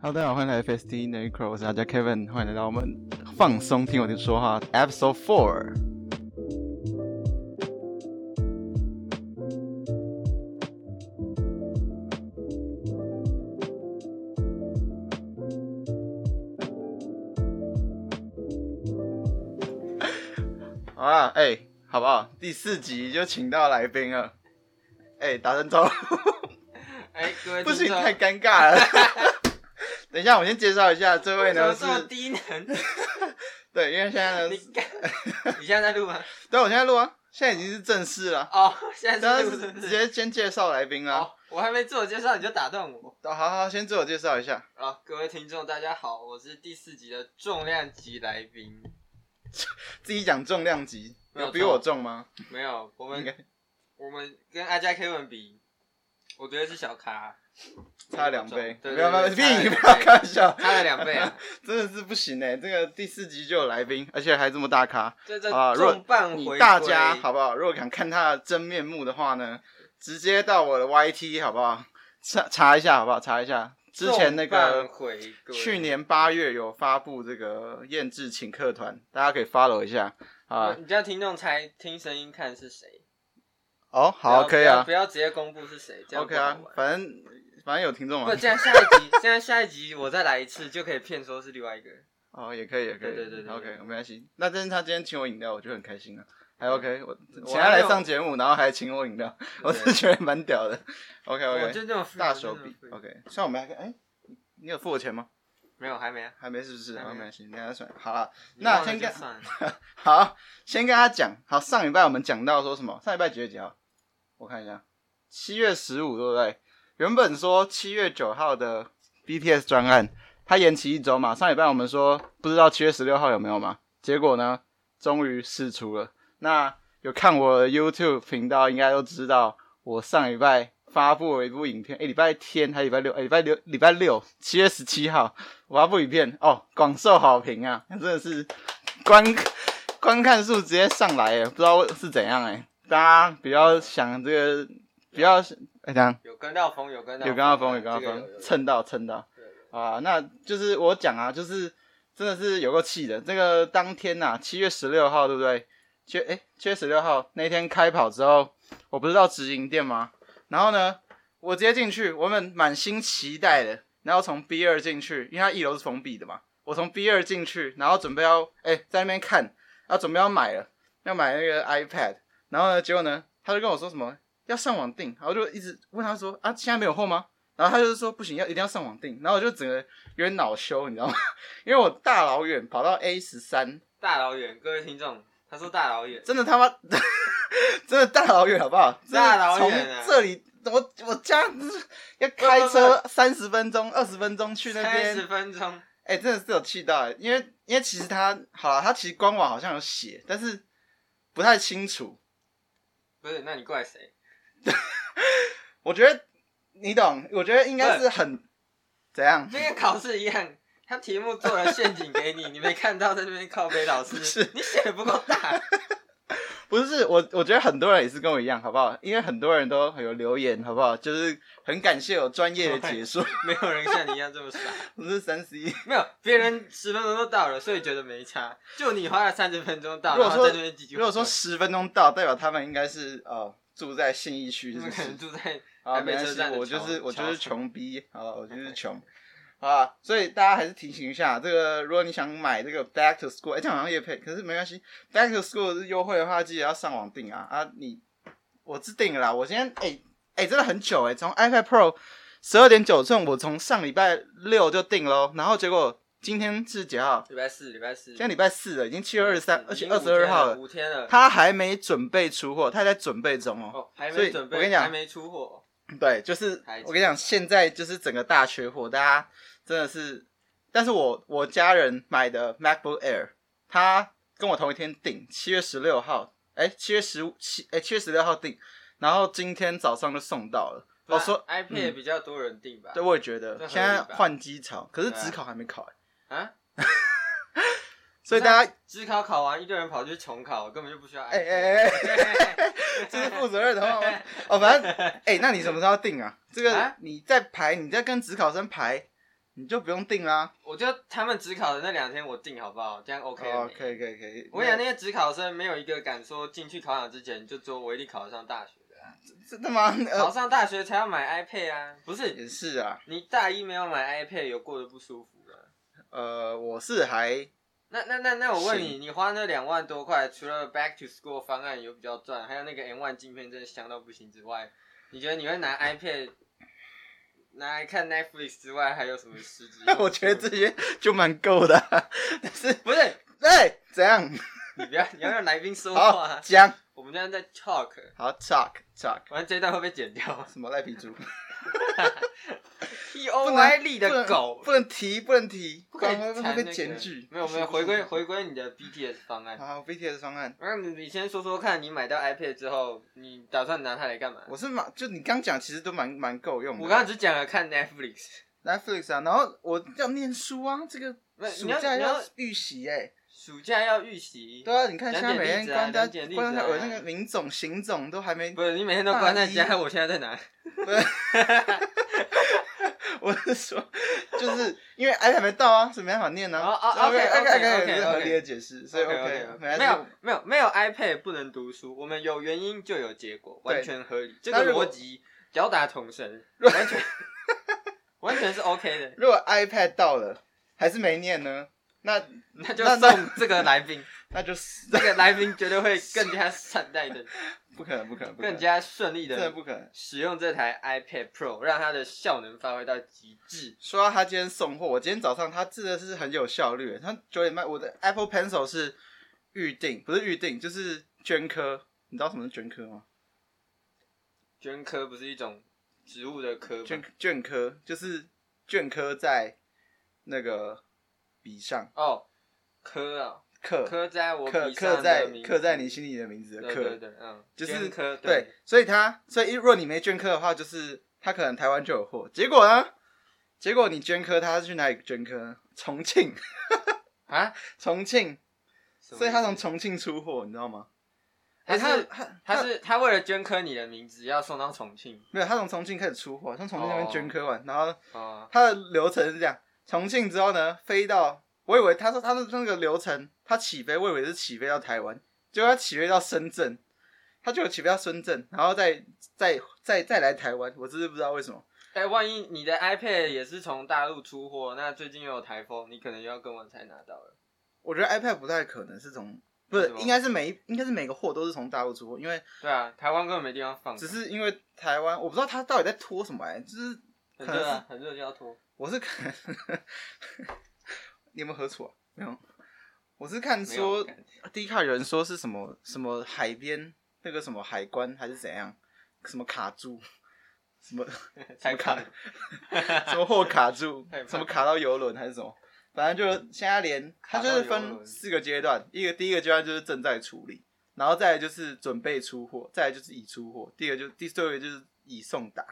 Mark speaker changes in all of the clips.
Speaker 1: Hello，大家好，欢迎来 FST n a c r o 我是大家 Kevin，欢迎来到我们放松听我的说话 Episode Four。好啦，哎、好不好？第四集就请到来宾了，哎、打声招呼。
Speaker 2: 哎、各位
Speaker 1: 不
Speaker 2: 听
Speaker 1: 行，
Speaker 2: 众，
Speaker 1: 太尴尬了。 等一下，我先介绍一下这位
Speaker 2: 为什
Speaker 1: 呢
Speaker 2: 么这么
Speaker 1: 是，啊
Speaker 2: 低能？
Speaker 1: 对，因为现在呢
Speaker 2: 你，干，你现在在录吗？
Speaker 1: 对我现在录啊，现在已经是正式了，
Speaker 2: 哦，现在
Speaker 1: 但
Speaker 2: 是
Speaker 1: 是
Speaker 2: 录是不
Speaker 1: 直
Speaker 2: 是？
Speaker 1: 接啊先介绍来宾啦。
Speaker 2: 哦，我还没自我介绍你就打断我。
Speaker 1: 好好好，先自我介绍一下，
Speaker 2: 啊、各位听众大家好，我是第四集的重量级来宾。
Speaker 1: 自己讲重量级，
Speaker 2: 没有
Speaker 1: 有比
Speaker 2: 错
Speaker 1: 我重吗？
Speaker 2: 没有，我
Speaker 1: 应该
Speaker 2: 们我们跟阿加 Kevin 比，我觉得是小咖，
Speaker 1: 差两倍，
Speaker 2: 对
Speaker 1: 不要不要，
Speaker 2: 对对
Speaker 1: 屁，
Speaker 2: 差两倍
Speaker 1: 不要开玩笑，
Speaker 2: 差了两倍 啊！
Speaker 1: 真的是不行哎，这个第四集就有来宾，而且还这么大咖，
Speaker 2: 这这
Speaker 1: 啊如果
Speaker 2: 重磅回
Speaker 1: 你
Speaker 2: 归，
Speaker 1: 大家好不好？如果想看他的真面目的话呢，直接到我的 YT 好不好？查查一下好不好？查一下之前那
Speaker 2: 重磅
Speaker 1: 个
Speaker 2: 回归，
Speaker 1: 去年八月有发布这个验制请客团，大家可以 follow 一下啊。
Speaker 2: 你叫听众猜，听声音看是谁？
Speaker 1: 哦，
Speaker 2: 不
Speaker 1: 好，
Speaker 2: 要
Speaker 1: 可以
Speaker 2: 不要
Speaker 1: 啊
Speaker 2: 不要直接公布是谁，这样
Speaker 1: ，OK
Speaker 2: 不好
Speaker 1: 啊
Speaker 2: 玩。，
Speaker 1: 反正反正有听众嘛
Speaker 2: 不，。这样下一集，这样下一集我再来一次，就可以骗说是另外一个人。
Speaker 1: 哦，也可以，也可以，
Speaker 2: 对对对对
Speaker 1: o
Speaker 2: 对
Speaker 1: k 没关系。那但是他今天请我饮料，我就很开心了，还 OK 我。
Speaker 2: 我
Speaker 1: 请他
Speaker 2: 还没
Speaker 1: 来
Speaker 2: 有
Speaker 1: 上节目，然后还请我饮料，我
Speaker 2: 对
Speaker 1: 是觉得蛮屌 的。OK
Speaker 2: 我
Speaker 1: OK，
Speaker 2: 哦就这种 free，
Speaker 1: 大
Speaker 2: 我就
Speaker 1: 手
Speaker 2: 这种
Speaker 1: 笔
Speaker 2: free。
Speaker 1: OK，像我们还可以哎，你有付我钱吗？
Speaker 2: 没有，还没啊。
Speaker 1: 还没是不是？
Speaker 2: 还
Speaker 1: 啊，
Speaker 2: 没
Speaker 1: 没关系，等一下再算。好了，
Speaker 2: 你
Speaker 1: 那
Speaker 2: 忘了
Speaker 1: 先
Speaker 2: 就
Speaker 1: 跟
Speaker 2: 算了。
Speaker 1: 好，先跟他讲。好，上礼拜我们讲到说什么？上礼拜几月几号？我看一下，七月十五，对不对？原本说七月九号的 BTS 专案，它延期一周嘛。上礼拜我们说不知道七月十六号有没有嘛，结果呢，终于试出了。那有看我的 YouTube 频道应该都知道，我上礼拜发布了一部影片，诶，礼拜天还是礼拜六？诶，礼拜六，礼拜六，七月十七号，我发布影片哦，广受好评啊，真的是观观看数直接上来耶，不知道是怎样哎，大家比较想这个，比较哎，怎样？
Speaker 2: 有跟到风，有跟到
Speaker 1: 有跟到风，有跟
Speaker 2: 啊
Speaker 1: 到
Speaker 2: 这个
Speaker 1: 风
Speaker 2: 有，有
Speaker 1: 蹭到蹭到
Speaker 2: 对
Speaker 1: 啊！那就是我讲啊，就是真的是有够气的。这个当天呐、啊，七月十六号，对不对？七哎，七月十六号那天开跑之后，我不是到直营店吗？然后呢，我直接进去，我们满心期待的，然后从 B 二进去，因为它一楼是封闭的嘛，我从 B 二进去，然后准备要哎在那边看，要准备要买了，要买那个 iPad，然后呢，结果呢，他就跟我说什么要上网订，然后我就一直问他说啊，现在没有货吗？然后他就是说不行，要一定要上网订，然后我就整个有点恼羞，你知道吗？ 因为我大老远跑到 A 十三，
Speaker 2: 大老远，各位听众，他说大老远，
Speaker 1: 真的他妈，真的大老远好不好？真的
Speaker 2: 大老远啊
Speaker 1: 从这里，我我家要开车三十分钟、二十分钟去那
Speaker 2: 三十
Speaker 1: 边，
Speaker 2: 分钟，
Speaker 1: 哎、真的是有气到、欸，因为因为其实他好了，他其实官网好像有写，但是不太清楚。
Speaker 2: 不是？那你怪谁？
Speaker 1: 我觉得你懂，我觉得应该是很怎样？
Speaker 2: 就跟考试一样，他题目做了陷阱给你，你没看到在那边靠背老师
Speaker 1: 是，
Speaker 2: 你写的不够大。
Speaker 1: 不是我，我觉得很多人也是跟我一样，好不好？因为很多人都有留言，好不好？就是很感谢有专业的解说，
Speaker 2: 没有人像你一样这么傻，
Speaker 1: 不是三十一。
Speaker 2: 没有别人十分钟都到了，所以觉得没差，就你花了三十分钟到，
Speaker 1: 如果
Speaker 2: 然后
Speaker 1: 说
Speaker 2: 在那边几句。
Speaker 1: 如果说十分钟到，代表他们应该是呃住在信义区，
Speaker 2: 你
Speaker 1: 是不
Speaker 2: 们可能
Speaker 1: 是？
Speaker 2: 住在
Speaker 1: 啊，
Speaker 2: 台
Speaker 1: 没
Speaker 2: 北
Speaker 1: 关
Speaker 2: 车
Speaker 1: 系
Speaker 2: 站，的
Speaker 1: 我就是
Speaker 2: 桥
Speaker 1: 我就
Speaker 2: 桥
Speaker 1: 是
Speaker 2: 上
Speaker 1: 穷逼啊，我就是穷啊，所以大家还是提醒一下，这个如果你想买这个 Back to School，哎、这样好像也配，可是没关系，Back to School 是优惠的话，记得要上网订啊啊，你我自订了啦，我今天哎哎、真的很久哎、从 iPad Pro 十二点九寸，我从上礼拜六就订喽，然后结果今天是几号？
Speaker 2: 礼拜四，礼拜四，
Speaker 1: 今天礼拜四了，已经七月二十三，而且
Speaker 2: 已经
Speaker 1: 二十
Speaker 2: 五天
Speaker 1: 二号了。
Speaker 2: 五天了，
Speaker 1: 他还没准备出货，他还在准备中哦。
Speaker 2: 哦，还
Speaker 1: 所以
Speaker 2: 没准备，
Speaker 1: 我跟你讲哦
Speaker 2: 还没出货，
Speaker 1: 对，就是
Speaker 2: 还
Speaker 1: 我跟你讲，现在就是整个大缺货，大家真的是。但是我我家人买的 MacBook Air，他跟我同一天订，七月十六号，哎、七月十五七，哎，七月十六号订，然后今天早上就送到了。我说，
Speaker 2: 那啊 iPad
Speaker 1: 嗯
Speaker 2: 比较多人订吧？
Speaker 1: 对，我也觉得
Speaker 2: 这合理
Speaker 1: 现在
Speaker 2: 吧
Speaker 1: 换机潮，可是
Speaker 2: 对啊
Speaker 1: 职考还没考、哎
Speaker 2: 啊，
Speaker 1: 所以大家
Speaker 2: 只考考完，一堆人跑去重考，根本就不需要 iPad。
Speaker 1: 哎哎哎，
Speaker 2: 哎，
Speaker 1: 这是负责任的话吗？哦，反正哎、那你什么时候要订啊？这个
Speaker 2: 啊
Speaker 1: 你在排，你在跟职考生排，你就不用定啦。
Speaker 2: 我就他们只考的那两天我定好不好？这样 OK 了
Speaker 1: 哦，
Speaker 2: 没
Speaker 1: 可以可以可以。
Speaker 2: 我想那些只考生没有一个敢说进去考场之前就说我一定考得上大学的啊、
Speaker 1: 真的 吗？
Speaker 2: 考
Speaker 1: 呃，
Speaker 2: 上大学才要买 iPad 啊，不是
Speaker 1: 也是啊，
Speaker 2: 你大一没有买 iPad 有过得不舒服啊？
Speaker 1: 呃，我是 还
Speaker 2: 那那那那我问你，你花那两万多块，除了 Back to School 方案有比较赚，还有那个 N One 镜片真的香到不行之外，你觉得你会拿
Speaker 1: 嗯
Speaker 2: iPad 拿来看 Netflix 之外，还有什么实质
Speaker 1: ？我觉得这些就蛮够的 啊、但是，
Speaker 2: 不是，
Speaker 1: 哎、怎样？
Speaker 2: 你不要你要让来宾说话
Speaker 1: 好
Speaker 2: 啊，
Speaker 1: 讲，
Speaker 2: 我们这样在 talk，
Speaker 1: 好 talk talk，
Speaker 2: 完这一段会被剪掉。
Speaker 1: 什么赖皮 猪？
Speaker 2: P O Y 力
Speaker 1: 不
Speaker 2: 的
Speaker 1: 能
Speaker 2: 狗，
Speaker 1: 不能提，不能提，
Speaker 2: 不
Speaker 1: 不
Speaker 2: 可以
Speaker 1: 然会会
Speaker 2: 谈那
Speaker 1: 被
Speaker 2: 个
Speaker 1: 检举。
Speaker 2: 没有没有，
Speaker 1: 不行
Speaker 2: 回归。
Speaker 1: 不行
Speaker 2: 回归你的 B T S 方案。
Speaker 1: 好，BTS 方案，
Speaker 2: 那你你先说说看，你买到 iPad 之后，你打算拿它来干嘛？
Speaker 1: 我是蛮就你刚讲，其实都蛮蛮够用的。
Speaker 2: 我刚刚只讲了看 Netflix。
Speaker 1: Netflix 啊，然后我要念书啊，这个
Speaker 2: 那
Speaker 1: 暑
Speaker 2: 你要
Speaker 1: 假
Speaker 2: 你要
Speaker 1: 预习哎、
Speaker 2: 暑假要预习，
Speaker 1: 对啊，你看现在
Speaker 2: 讲
Speaker 1: 每天
Speaker 2: 点例子啊
Speaker 1: 关在
Speaker 2: 讲点例子啊
Speaker 1: 关在呃我那个林总、邢总都还没，
Speaker 2: 不是你每天都关在家，我现在在哪？
Speaker 1: 我是说，就是因为 i 还没到啊，所以没办法念啊。
Speaker 2: 哦哦
Speaker 1: ，OK
Speaker 2: OK，OK，OK，
Speaker 1: 这是
Speaker 2: OK，
Speaker 1: 合理的解释，所以
Speaker 2: OK，OK，
Speaker 1: 没关系
Speaker 2: 没有没有没有 iPad 不能读书，我们有原因就有结果，
Speaker 1: 对
Speaker 2: 完全合理，这
Speaker 1: 那
Speaker 2: 个
Speaker 1: 如果
Speaker 2: 逻辑屌打 统神，完全完全是 OK 的，
Speaker 1: 如果 iPad 到了还是没念呢，那
Speaker 2: 那就
Speaker 1: 那那
Speaker 2: 送这个来宾，
Speaker 1: 那就是
Speaker 2: 这个来宾绝对会更加善待的，
Speaker 1: 不可能，不可能，不可
Speaker 2: 更
Speaker 1: 能，
Speaker 2: 加顺利
Speaker 1: 真的
Speaker 2: 的
Speaker 1: 不可能。
Speaker 2: 使用这台 iPad Pro，让它的效能发挥到极致。
Speaker 1: 说到他今天送货，我今天早上他真的是很有效率。他九点半，我的 Apple Pencil 是预定，不是预定，就是镌刻。你知道什么是镌刻吗？
Speaker 2: 镌科不是一种植物的科吗？
Speaker 1: 镌镌刻就是镌刻在那个笔上，
Speaker 2: 哦，科啊、
Speaker 1: 刻
Speaker 2: 刻在我
Speaker 1: 刻
Speaker 2: 笔上
Speaker 1: 刻
Speaker 2: 的
Speaker 1: 在
Speaker 2: 名字
Speaker 1: 刻在你心里的名字的
Speaker 2: 对
Speaker 1: 刻
Speaker 2: 对。对，嗯，
Speaker 1: 就是
Speaker 2: 镌刻
Speaker 1: 对，，所以他所以如果你没镌刻的话，就是他可能台湾就有货。结果呢？结果你镌刻，他是去哪里镌刻呢？重庆，
Speaker 2: 啊，
Speaker 1: 重庆，
Speaker 2: 什么
Speaker 1: 所以他从
Speaker 2: 意思
Speaker 1: 重庆出货，你知道吗？
Speaker 2: 他
Speaker 1: 哎、
Speaker 2: 是
Speaker 1: 他他
Speaker 2: 他是他为了镌刻你的名字要送到重庆
Speaker 1: 没有，他从重庆开始出货，从重庆那边镌刻完，然后
Speaker 2: 哦，
Speaker 1: 他的流程是这样：重庆之后呢，飞到，我以为他说他的那个流程，他起飞，我以为是起飞到台湾，结果他起飞到深圳，他就起飞到深圳，然后再再再再来台湾，我真是不知道为什么。
Speaker 2: 哎，万一你的 iPad 也是从大陆出货，那最近又有台风，你可能又要更晚才拿到了。
Speaker 1: 我觉得 iPad 不太可能是从，不
Speaker 2: 为
Speaker 1: 是
Speaker 2: 什，么
Speaker 1: 应该是每一应该是每个货都是从大陆出货，因为
Speaker 2: 对啊，台湾根本没地方放，
Speaker 1: 只是因为台湾，我不知道他到底在拖什么哎、就是可
Speaker 2: 很
Speaker 1: 能
Speaker 2: 热
Speaker 1: 是
Speaker 2: 啊，很热就要脱。
Speaker 1: 我是看，你有没有喝错、啊？没有，我是看
Speaker 2: 没有
Speaker 1: 说低卡有人说是什么什么海边那个什么海关还是怎样，什么卡住，什么
Speaker 2: 才
Speaker 1: 卡
Speaker 2: 看，
Speaker 1: 什么货卡住
Speaker 2: 太，棒
Speaker 1: 什么卡到游轮还是什么，反正就现在连它就是
Speaker 2: 卡到游
Speaker 1: 分
Speaker 2: 轮
Speaker 1: 四个阶段，一个第一个阶段就是正在处理，然后再来就是准备出货，再来就是已出货，第二个就第最后一个就是已送达，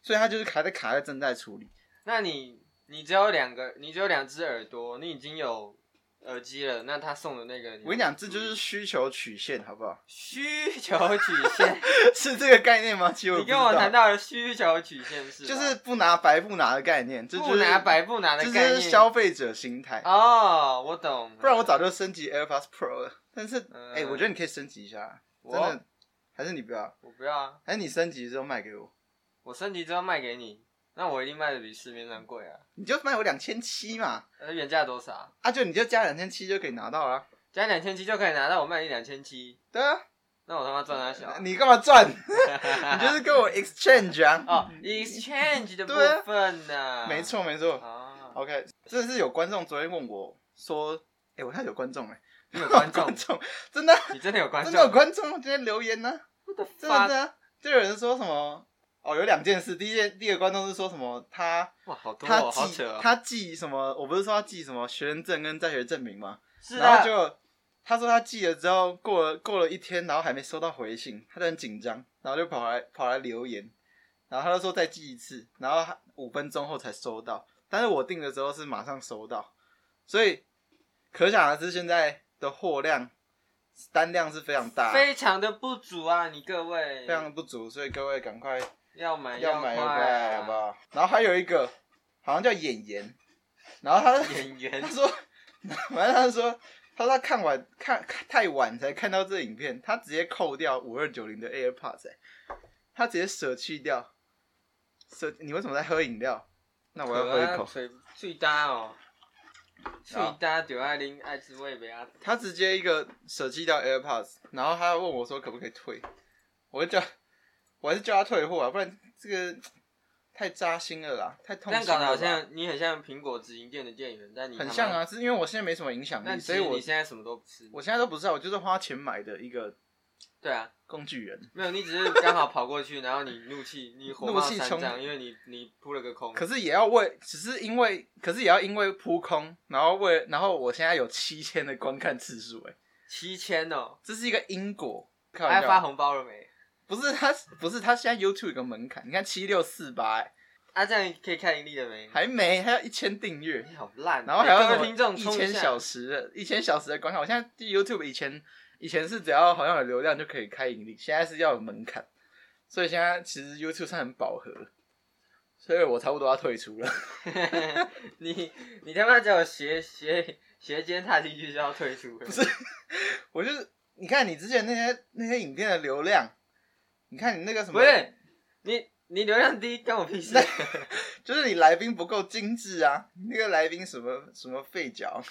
Speaker 1: 所以它就是卡在卡在正在处理。
Speaker 2: 那你你只有两个，你只有两只耳朵，你已经有耳机了，那他送的那个，
Speaker 1: 我跟你讲，这就是需求曲线，好不 好？
Speaker 2: 需求曲线。
Speaker 1: 是这个概念吗？其 实我
Speaker 2: 你
Speaker 1: 不知
Speaker 2: 跟
Speaker 1: 道
Speaker 2: 我谈到了需求曲线是吧，啊
Speaker 1: 就是不拿白不拿的概念，这就是
Speaker 2: 不拿白不拿的
Speaker 1: 这
Speaker 2: 概
Speaker 1: 就
Speaker 2: 念。
Speaker 1: 是消费者心态。
Speaker 2: 哦，我懂。
Speaker 1: 不然我早就升级 AirPods Pro 了。但是，
Speaker 2: 嗯
Speaker 1: 哎，我觉得你可以升级一下，啊真
Speaker 2: 我
Speaker 1: 的，还是你不要，
Speaker 2: 我不要啊，
Speaker 1: 还是你升级之后卖给我，
Speaker 2: 我升级之后卖给你，那我一定卖的比市面上贵啊。
Speaker 1: 你就卖我两千七嘛，
Speaker 2: 那原价多少啊？
Speaker 1: 啊，就你就加两千七就可以拿到啦。
Speaker 2: 加两千七就可以拿到，我卖你两千七，
Speaker 1: 对啊，
Speaker 2: 那我他妈赚他小啊。
Speaker 1: 你干嘛 赚？ 你就是跟我 exchange 啊。
Speaker 2: 哦，exchange 的
Speaker 1: 对啊
Speaker 2: 部分呢？
Speaker 1: 没。错，哦没错。
Speaker 2: 啊，
Speaker 1: OK，这是有观众昨天问我说，哎，我看有观众哎，
Speaker 2: 你有观众
Speaker 1: 观，众真的啊
Speaker 2: 你真的有观
Speaker 1: 真
Speaker 2: 众，
Speaker 1: 的有观众今天留言呢、真的真
Speaker 2: fuck？
Speaker 1: 的，就有人说什么哦，有两件事，第一件第一个观众是说什么他
Speaker 2: 哇，好多
Speaker 1: 他
Speaker 2: 哦，好
Speaker 1: 寄、
Speaker 2: 扯哦。
Speaker 1: 他寄什么，我不是说他寄什么学生证跟在学证明吗？
Speaker 2: 是
Speaker 1: 然后
Speaker 2: 啊，
Speaker 1: 就他说他寄了之后，过了过了一天，然后还没收到回信，他就很紧张，然后就跑来跑来留言，然后他就说再寄一次，然后他五分钟后才收到，但是我订的时候是马上收到，所以可想而知现在的货量单量是非常大的。
Speaker 2: 非常的不足啊，你各位
Speaker 1: 非常的不足，所以各位赶快
Speaker 2: 要买
Speaker 1: 要
Speaker 2: 快
Speaker 1: 买要
Speaker 2: 啊
Speaker 1: 快，好不好？然后还有一个好像叫演言，然后 他
Speaker 2: 演员
Speaker 1: 他说， 反正他说，他说他看完看看太晚才看到这影片，他直接扣掉五二九零的 AirPods，、欸、他直接舍弃掉。舍，你为什么在喝饮料？那我要喝一口。
Speaker 2: 嘴最搭哦，最
Speaker 1: 然后
Speaker 2: 搭就爱啉爱滋味袂啊，
Speaker 1: 他直接一个舍弃掉 AirPods，然后他问我说可不可以退，我就叫，我还是叫他退货啊，不然这个太扎心了啦，太
Speaker 2: 这
Speaker 1: 痛
Speaker 2: 样
Speaker 1: 心
Speaker 2: 搞
Speaker 1: 了吧。
Speaker 2: 得好像你很像苹果直营店的店员，但你他
Speaker 1: 很
Speaker 2: 妈
Speaker 1: 像，啊，是因为我现在没什么影响
Speaker 2: 但
Speaker 1: 力，
Speaker 2: 其
Speaker 1: 所以
Speaker 2: 实
Speaker 1: 我
Speaker 2: 你现在什么都不是。
Speaker 1: 我现在都不知道，我就是花钱买的一个
Speaker 2: 对啊，
Speaker 1: 工具人。
Speaker 2: 没有，你只是刚好跑过去，然后你怒气，你火冒
Speaker 1: 怒气
Speaker 2: 三
Speaker 1: 冲
Speaker 2: 丈，因为你你扑了个空。
Speaker 1: 可是也要为，只是因为，可是也要因为扑空，然后为，然后我现在有七千的观看次数，哎，
Speaker 2: 七千哦，
Speaker 1: 这是一个因果。开玩
Speaker 2: 还
Speaker 1: 笑
Speaker 2: 发红包了没？
Speaker 1: 不是他，不是他，现在 YouTube 有个门槛，你看七六四八，哎，
Speaker 2: 啊，这样可以看盈利了没？
Speaker 1: 还没，还要一千订阅，
Speaker 2: 你好烂哦，
Speaker 1: 然后还要
Speaker 2: 欸
Speaker 1: 什
Speaker 2: 各
Speaker 1: 么
Speaker 2: 位听众
Speaker 1: 一
Speaker 2: 冲一
Speaker 1: 千
Speaker 2: 下
Speaker 1: 小时的，一千小时的观看。我现在 YouTube 以前以前是只要好像有流量就可以开盈利，现在是要有门槛，所以现在其实 YouTube 算很饱和，所以我差不多要退出了。
Speaker 2: 你你他妈叫我斜斜斜肩踏进去就要退出了，不是
Speaker 1: 我就是你看你之前那些那些影片的流量，你看你那个什么，
Speaker 2: 不是你你流量低关我屁事，
Speaker 1: 就是你来宾不够精致啊，你那个来宾什么什么费脚，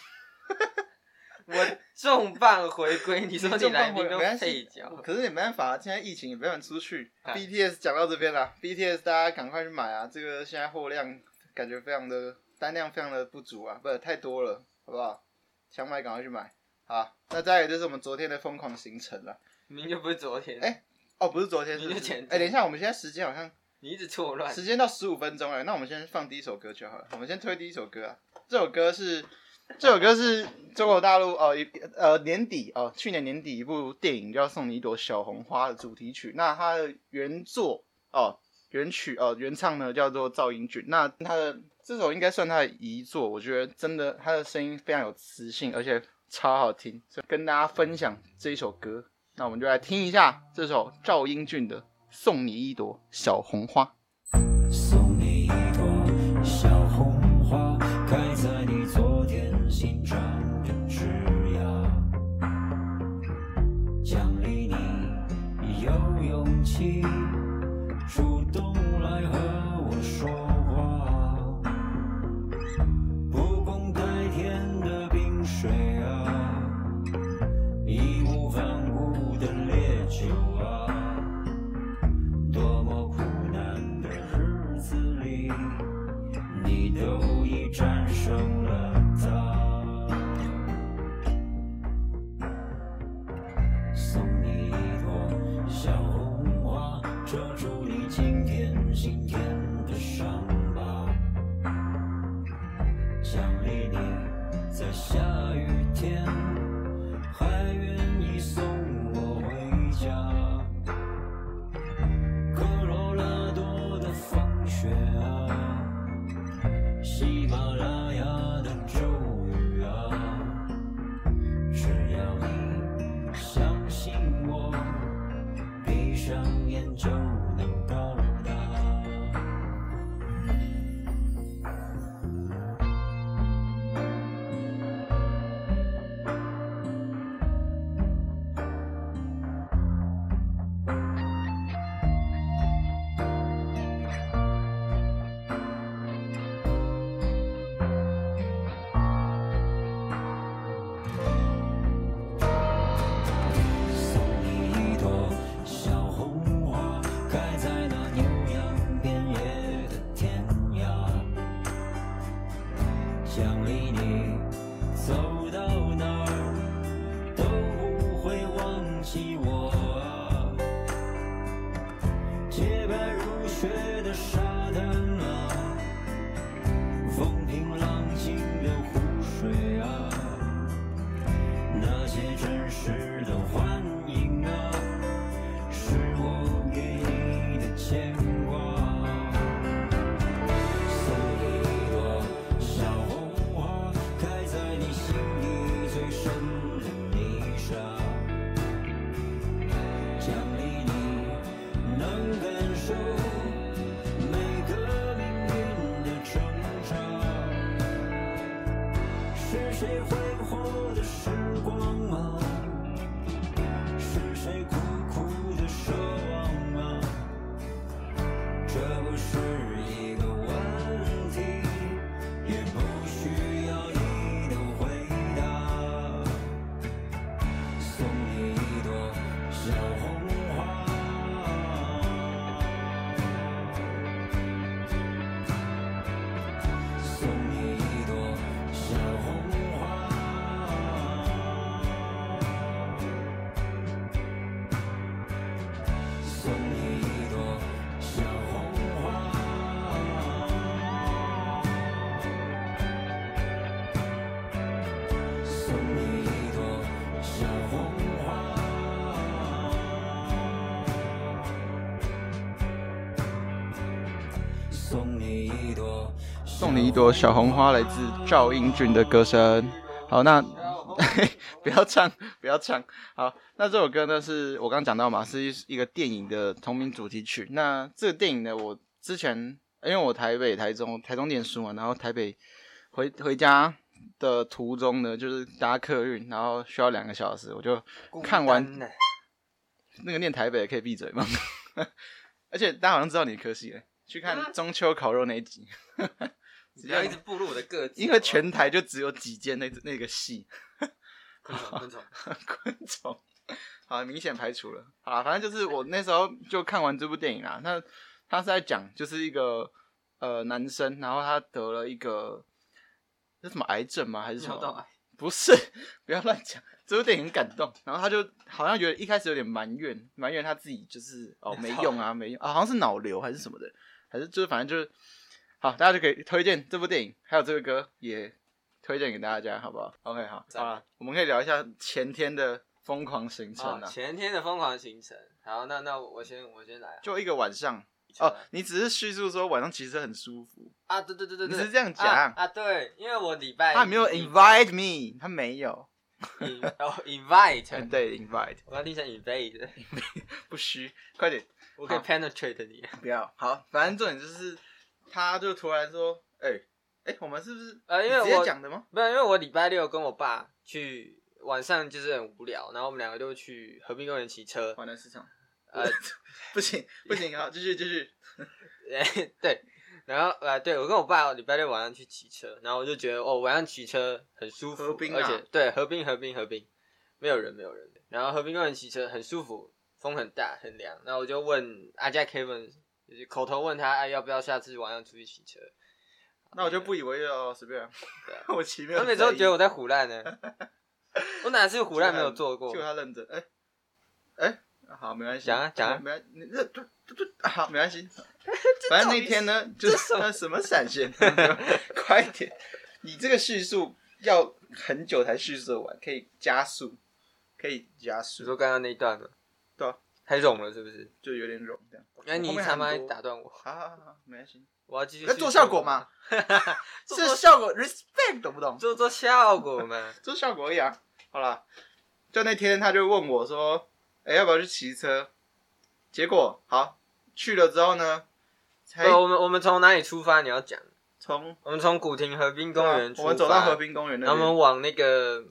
Speaker 2: 我重磅回 归，你说你
Speaker 1: 重
Speaker 2: 来
Speaker 1: 磅
Speaker 2: 宾
Speaker 1: 回
Speaker 2: 都
Speaker 1: 没关系
Speaker 2: 配角，
Speaker 1: 可是也没办法，现在疫情也没办法出去。
Speaker 2: 哎
Speaker 1: BTS 讲到这边啦，BTS 大家赶快去买啊！这个现在货量感觉非常的单量非常的不足啊，不是太多了，好不好？想买赶快去买。好，那再来就是我们昨天的疯狂行程了。
Speaker 2: 明明就不是昨天，
Speaker 1: 哎哦，不是昨天，
Speaker 2: 你
Speaker 1: 是
Speaker 2: 就
Speaker 1: 不是
Speaker 2: 前天
Speaker 1: 哎、等一下，我们现在时间好像
Speaker 2: 你一直错乱，
Speaker 1: 时间到十五分钟了，那我们先放第一首歌就好了。我们先推第一首歌啊，这首歌是这首歌是中国大陆哦一呃年底哦去年年底一部电影叫《送你一朵小红花》的主题曲。那它的原作哦原曲哦原唱呢叫做赵英俊。那他的这首应该算他的遗作，我觉得真的他的声音非常有磁性，而且超好听，所以跟大家分享这一首歌。那我们就来听一下这首赵英俊的《送你一朵小红花》。
Speaker 3: 送你一朵小红花，开在你昨天新长的枝桠，奖励你有勇气主动来和我说话。不共戴天的冰水啊，义无反顾的烈酒啊。多么苦难的日子里，你都已战胜了它。送你一朵小红花，遮住你今天心田的伤疤。奖励你在下雨天还愿意送我回家。科罗拉多的风雪啊，喜马拉雅的骤雨啊，只要你相信我，闭上眼就能到达。啊啊啊啊苦苦的奢望吗？这不是一个问题，也不需要你的回答。送你一朵小红花。送你一朵小红花，送你一朵小红花，送你一朵小红花。送你一朵，
Speaker 1: 送你一朵小红花，来自赵英俊的歌声。好，那 不要唱，不要唱。好，那这首歌呢，是我刚刚讲到嘛，是一一个电影的同名主题曲。那这个电影呢，我之前因为我台北、台中、台中念书嘛，然后台北回回家的途中呢，就是搭客运，然后需要两个小时，我就看完
Speaker 2: 孤单呐
Speaker 1: 那个念台北的可以闭嘴吗？ 而且大家好像知道你的科系了，去看中秋烤肉那一集，
Speaker 2: 你不要一直暴露我的个哦子，
Speaker 1: 因为全台就只有几间那那个 系
Speaker 2: 好不好
Speaker 1: 哦
Speaker 2: 昆虫昆虫，
Speaker 1: 昆虫，好明显排除了。好啦，反正就是我那时候就看完这部电影啦。那他是在讲就是一个呃男生，然后他得了一个是什么癌症吗？还哦是什
Speaker 2: 尿道
Speaker 1: 么？
Speaker 2: 癌，
Speaker 1: 不是，不要乱讲。这部电影很感动，然后他就好像觉得一开始有点埋怨，埋怨他自己就是 哦没用啊，没用啊，好像是脑瘤还是什么的，还是就是反正就是好，大家就可以推荐这部电影，还有这个歌也推荐给大家，好不好？OK，好，
Speaker 2: 赞
Speaker 1: 好了，我们可以聊一下前天的疯狂行程
Speaker 2: 哦，
Speaker 1: 啊，
Speaker 2: 前天的疯狂行程。好，那那我先我先来啊，
Speaker 1: 就一个晚上哦，你只是叙述说晚上其实很舒服，
Speaker 2: 啊，对对对对
Speaker 1: 你
Speaker 2: 对，
Speaker 1: 是这样
Speaker 2: 啊哎
Speaker 1: 讲，啊
Speaker 2: 啊，对，因为我礼拜
Speaker 1: 他没有 invite me，他没有，
Speaker 2: in- 哦 invite，
Speaker 1: 对 invite
Speaker 2: 我要听 成 invade，
Speaker 1: 不虚，快点。
Speaker 2: 我可以
Speaker 1: 好
Speaker 2: penetrate 你。
Speaker 1: 不要好，反正重点就是，他就突然说，哎、哎、我们是不是
Speaker 2: 呃，因为
Speaker 1: 你直接
Speaker 2: 我
Speaker 1: 讲的吗？
Speaker 2: 没有，因为我礼拜六跟我爸去晚上就是很无聊，然后我们两个就去和平公园骑车。
Speaker 1: 华南市场，
Speaker 2: 呃，
Speaker 1: 不行不行，好，继续继续，
Speaker 2: 对，然后呃，对我跟我爸礼拜六晚上去骑车，然后我就觉得哦，晚上骑车很舒服，
Speaker 1: 河滨啊
Speaker 2: 而且对河滨河滨河滨，没有人没有人，然后河滨公园骑车很舒服，风很大很凉，然后我就问阿家 Kevin，就是口头问他、哎要不要下次晚上出去骑车，
Speaker 1: 那我就不以为意了哦，随便啊
Speaker 2: 对啊，
Speaker 1: 我奇妙，
Speaker 2: 他每次都觉得我在胡乱呢，我哪次胡乱没有做过
Speaker 1: 就？他认真，哎、哎、好，没关系，
Speaker 2: 讲啊讲啊
Speaker 1: 没关，你这这这这好，没关 系，反正那天呢，就
Speaker 2: 这什么
Speaker 1: 是什么闪现， 快点，你这个叙述要很久才叙述得完，可以加速，可以加
Speaker 2: 你
Speaker 1: 速。
Speaker 2: 说刚刚那一段吗？
Speaker 1: 对啊，
Speaker 2: 太冗了是不是？
Speaker 1: 就有点冗这样。
Speaker 2: 那你
Speaker 1: 后面
Speaker 2: 他
Speaker 1: 很
Speaker 2: 妈
Speaker 1: 多
Speaker 2: 打断我，
Speaker 1: 好好好好，没关系。
Speaker 2: 我要继续
Speaker 1: 要
Speaker 2: 叙
Speaker 1: 做
Speaker 2: 述
Speaker 1: 效果嘛，
Speaker 2: 做
Speaker 1: 这效果 respect 懂不懂？
Speaker 2: 做做效果 嘛。
Speaker 1: 做效果而已啊。好啦，就那天他就问我说：“哎、要不要去骑车？”结果好去了之后呢，才
Speaker 2: 对，我们我们从哪里出发？你要讲，
Speaker 1: 从
Speaker 2: 我们从古亭河滨公
Speaker 1: 对啊
Speaker 2: 园出发，
Speaker 1: 我们走到河，滨公园
Speaker 2: 然
Speaker 1: 那
Speaker 2: 后我
Speaker 1: 边，
Speaker 2: 们往那个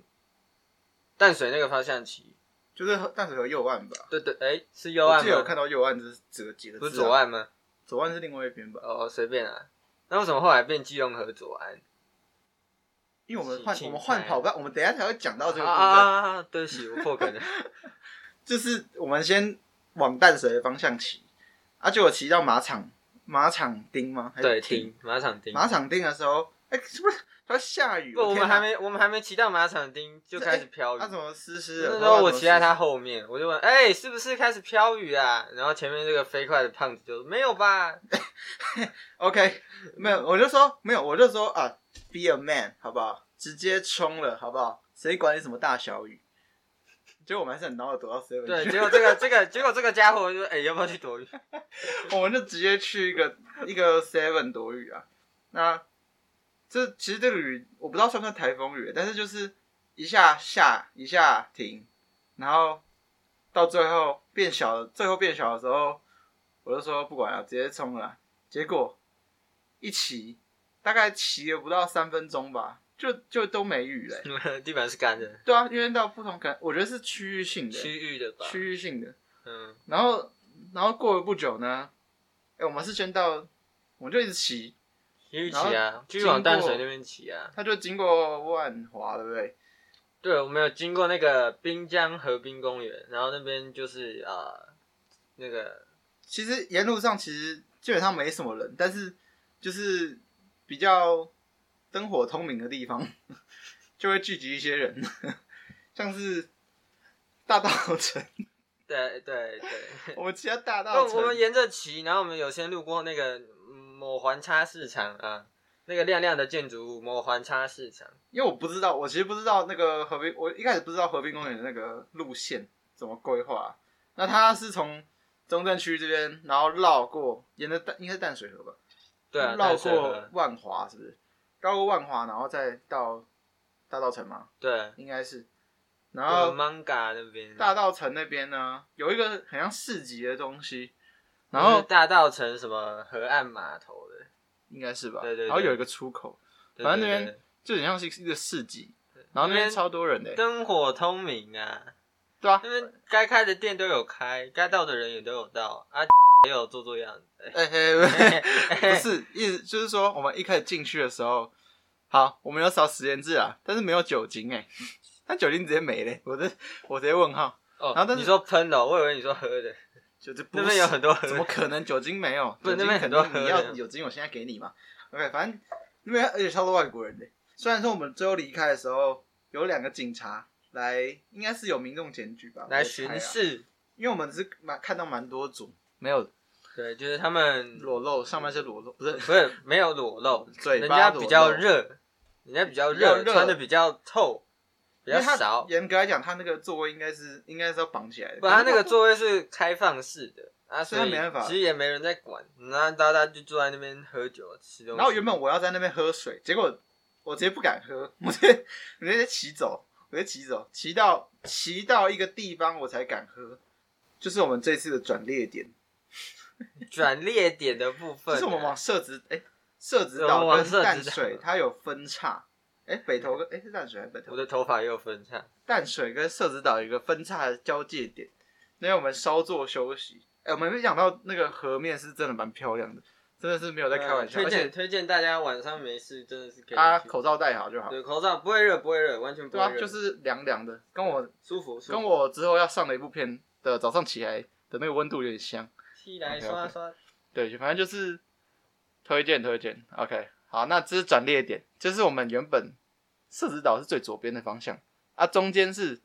Speaker 2: 淡水那个方向骑。
Speaker 1: 就是河淡水河右岸吧。
Speaker 2: 对对，哎，是右
Speaker 1: 我
Speaker 2: 岸
Speaker 1: 记得有
Speaker 2: 吗？
Speaker 1: 看到右岸这这个几个字、啊
Speaker 2: 不是左，岸吗？
Speaker 1: 左岸是另外一边吧？
Speaker 2: 哦，哦随便啊。那为什么后来变基隆河左岸？
Speaker 1: 因为我们换
Speaker 2: 请
Speaker 1: 我们换
Speaker 2: 请
Speaker 1: 跑道，我们等一下才会讲到这个部分。
Speaker 2: 啊啊啊！啊对不起，我破梗 了。
Speaker 1: 哎就是我们先往淡水的方向骑，啊，结果骑到马场马场町吗？还是
Speaker 2: 对，停，马场町。
Speaker 1: 马场町的时候，哎、是不是它下雨？
Speaker 2: 不，我
Speaker 1: 天
Speaker 2: 们
Speaker 1: 哪啊哎
Speaker 2: 还没我们还没骑到马场町就开始飘雨
Speaker 1: 它。怎么湿湿的？
Speaker 2: 那
Speaker 1: 不
Speaker 2: 时
Speaker 1: 知道
Speaker 2: 候
Speaker 1: 怎
Speaker 2: 我
Speaker 1: 么
Speaker 2: 骑在
Speaker 1: 湿
Speaker 2: 他后面，我就问：“哎、是不是开始飘雨啊？”然后前面这个飞快的胖子就说：“没有吧，
Speaker 1: OK，没有，我就说没有，我就说啊，be a man，好不好？直接冲了，好不好？谁管你什么大小雨？结果我们还是很恼火，躲到 seven
Speaker 2: 对，
Speaker 1: 去，
Speaker 2: 结果这个这个结果这个家伙就哎、要不要去躲雨？
Speaker 1: 我们就直接去一个一个 seven 躲雨啊。那这其实这个雨我不知道算不算台风雨，但是就是一下下一下停，然后到最后变小了，最后变小的时候，我就说不管了，直接冲了啊。结果一骑大概骑了不到三分钟吧，就就都没雨嘞、欸
Speaker 2: 地板是干的，
Speaker 1: 对啊，因为到不同感，我觉得是区域性的，
Speaker 2: 区域的吧？
Speaker 1: 区域性的。
Speaker 2: 嗯，
Speaker 1: 然后然后过了不久呢，哎、我们是先到，我们就一直骑，
Speaker 2: 区域骑
Speaker 1: 然
Speaker 2: 啊，继续往淡水那边骑啊。
Speaker 1: 他就经过万华，对不对？
Speaker 2: 对，我们有经过那个滨江河滨公园，然后那边就是啊、呃那个
Speaker 1: 其实沿路上其实基本上没什么人，但是就是比较灯火通明的地方， 就会聚集一些人，像是大道 城，
Speaker 2: 对对 对，
Speaker 1: 我们骑到大
Speaker 2: 那
Speaker 1: 道
Speaker 2: 我们
Speaker 1: 城，
Speaker 2: 沿着骑，然后我们有先路过那个嗯某环差市场啊，那个亮亮的建筑物某环差市场，
Speaker 1: 因为我不知道，我其实不知道那个河滨，我一开始不知道河滨公园的那个路线怎么规划。那它是从中正区这边，然后绕过，沿着淡应该是淡水河吧，
Speaker 2: 对啊，
Speaker 1: 绕
Speaker 2: 淡水
Speaker 1: 过
Speaker 2: 河，
Speaker 1: 万华是不是？绕过万华，然后再到大道城吗？
Speaker 2: 对，
Speaker 1: 应该是。然
Speaker 2: 有
Speaker 1: 后
Speaker 2: manga 那边，
Speaker 1: 大道城那边呢，有一个很像市集的东西，然
Speaker 2: 就是
Speaker 1: 后
Speaker 2: 大道城什么河岸码头的，
Speaker 1: 应该是吧，
Speaker 2: 对对对
Speaker 1: 然后有一个出口，
Speaker 2: 对
Speaker 1: 反正
Speaker 2: 对
Speaker 1: 那边就
Speaker 2: 对
Speaker 1: 很像是一个市集，然后那
Speaker 2: 那
Speaker 1: 边
Speaker 2: 边
Speaker 1: 超多人的、
Speaker 2: 灯火通明啊，
Speaker 1: 对啊
Speaker 2: 那，边该开的店都有开，该到的人也都有到啊，也有做做样子。
Speaker 1: 哎哎， 不 是，意思就是说我们一开始进去的时候，好，我们有扫十连制啊，但是没有酒精哎、 那酒精直接没嘞，我这我直接问号，
Speaker 2: 哦，
Speaker 1: 然后但是
Speaker 2: 你说喷的哦，我以为你说喝的。
Speaker 1: 就是不
Speaker 2: 那边有
Speaker 1: 是
Speaker 2: 很多喝的，
Speaker 1: 怎么可能酒精没有？
Speaker 2: 不是
Speaker 1: 酒精
Speaker 2: 那边很多
Speaker 1: 肯定你
Speaker 2: 喝
Speaker 1: 要
Speaker 2: 的
Speaker 1: 有酒精，我现在给你嘛。OK，反正那边而且超多外国人的。虽然说我们最后离开的时候，有两个警察来，应该是有民众检举吧，
Speaker 2: 来
Speaker 1: 我猜啊
Speaker 2: 巡，视？
Speaker 1: 因为我们是蛮看到蛮多组没有
Speaker 2: 对，就是他们
Speaker 1: 裸露，上半身裸露，不 是
Speaker 2: 不是没有裸露，
Speaker 1: 嘴
Speaker 2: 人
Speaker 1: 巴
Speaker 2: 家
Speaker 1: 裸露
Speaker 2: 比较，热，人家比较
Speaker 1: 比较
Speaker 2: 热，
Speaker 1: 热
Speaker 2: 穿的比较透，比
Speaker 1: 因
Speaker 2: 较
Speaker 1: 为他
Speaker 2: 少。
Speaker 1: 严格来讲，他那个座位应该是应该是要绑起来的，
Speaker 2: 不，他那个座位是开放式的啊，
Speaker 1: 所
Speaker 2: 所
Speaker 1: 以
Speaker 2: 以
Speaker 1: 没办法
Speaker 2: 其实也没人在管，然后大家就坐在那边喝酒吃东西。
Speaker 1: 然后原本我要在那边喝水，结果我直接不敢喝，我直接 我直接骑走，我直接骑走，骑到骑到一个地方我才敢喝，就是我们这次的转捩点，
Speaker 2: 转列点的部分
Speaker 1: 就
Speaker 2: 啊，
Speaker 1: 是我们往社子哎社子
Speaker 2: 我
Speaker 1: 岛
Speaker 2: 们往
Speaker 1: 跟
Speaker 2: 社子
Speaker 1: 淡
Speaker 2: 岛
Speaker 1: 水它有分叉，哎北投跟哎是淡水还是北
Speaker 2: 我
Speaker 1: 投？
Speaker 2: 的头发也有分叉，
Speaker 1: 淡水跟社子岛有一个分叉的交界点，那我们稍作休息。哎，我们没想到那个河面是真的蛮漂亮的，真的是没有在开玩笑，
Speaker 2: 嗯
Speaker 1: 而
Speaker 2: 推荐
Speaker 1: 且
Speaker 2: 推荐大家晚上没事真的是可以
Speaker 1: 他
Speaker 2: 去
Speaker 1: 啊口罩戴好就好。
Speaker 2: 对口罩不会热不会热，完全不
Speaker 1: 对
Speaker 2: 会
Speaker 1: 啊，
Speaker 2: 热，
Speaker 1: 就是凉凉的，跟我
Speaker 2: 舒服舒服。
Speaker 1: 跟我之后要上的一部片的早上起来的那个温度有点像。
Speaker 2: 踢来
Speaker 1: OK，OK
Speaker 2: 刷刷，
Speaker 1: 对，反正就是推荐推荐。OK，好，那这是转列点，就是我们原本社子岛是最左边的方向啊，中间是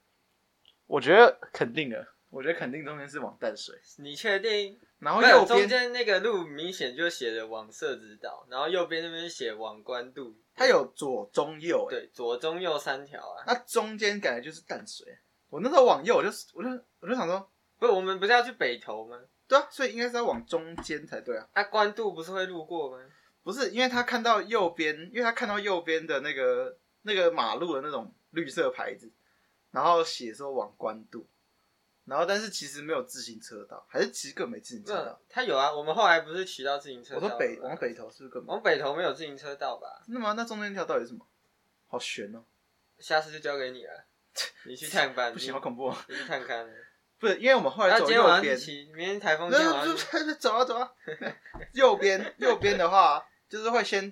Speaker 1: 我觉得肯定的，我觉得肯定中间是往淡水，
Speaker 2: 你确定？
Speaker 1: 然后
Speaker 2: 没
Speaker 1: 右
Speaker 2: 有，中
Speaker 1: 边
Speaker 2: 间那个路明显就写着往社指导，然后右边那边写往关渡，
Speaker 1: 它有左中右、欸，
Speaker 2: 对左中右三条啊。
Speaker 1: 那中间感觉就是淡水。我那时候往右，我就我就我就想说，
Speaker 2: 不，我们不是要去北投吗？
Speaker 1: 对啊，所以应该是要往中间才对啊。
Speaker 2: 啊，关渡不是会路过吗？
Speaker 1: 不是，因为他看到右边，因为他看到右边的那个那个马路的那种绿色牌子，然后写说往关渡，然后但是其实没有自行车道，还是其实根本没自行
Speaker 2: 不
Speaker 1: 车道。，
Speaker 2: 他有啊。我们后来不是骑到自行车
Speaker 1: 我
Speaker 2: 道了哦
Speaker 1: 说
Speaker 2: 吗？
Speaker 1: 北往北头是不是根本
Speaker 2: 往北投没有自行车道吧？
Speaker 1: 真的吗？那中间那条到底是什么？好悬哦！
Speaker 2: 下次就交给你了，你去探 班，
Speaker 1: 不行，
Speaker 2: 你
Speaker 1: 好恐怖、哦！
Speaker 2: 你去探勘。
Speaker 1: 不是，因为我们后来
Speaker 2: 嗯那
Speaker 1: 走
Speaker 2: 今天
Speaker 1: 右
Speaker 2: 晚上
Speaker 1: 边
Speaker 2: 去，骑，明天台风天晚
Speaker 1: 那
Speaker 2: 上
Speaker 1: 就
Speaker 2: 去
Speaker 1: 是走啊走 啊。右 边右边的话，就是会先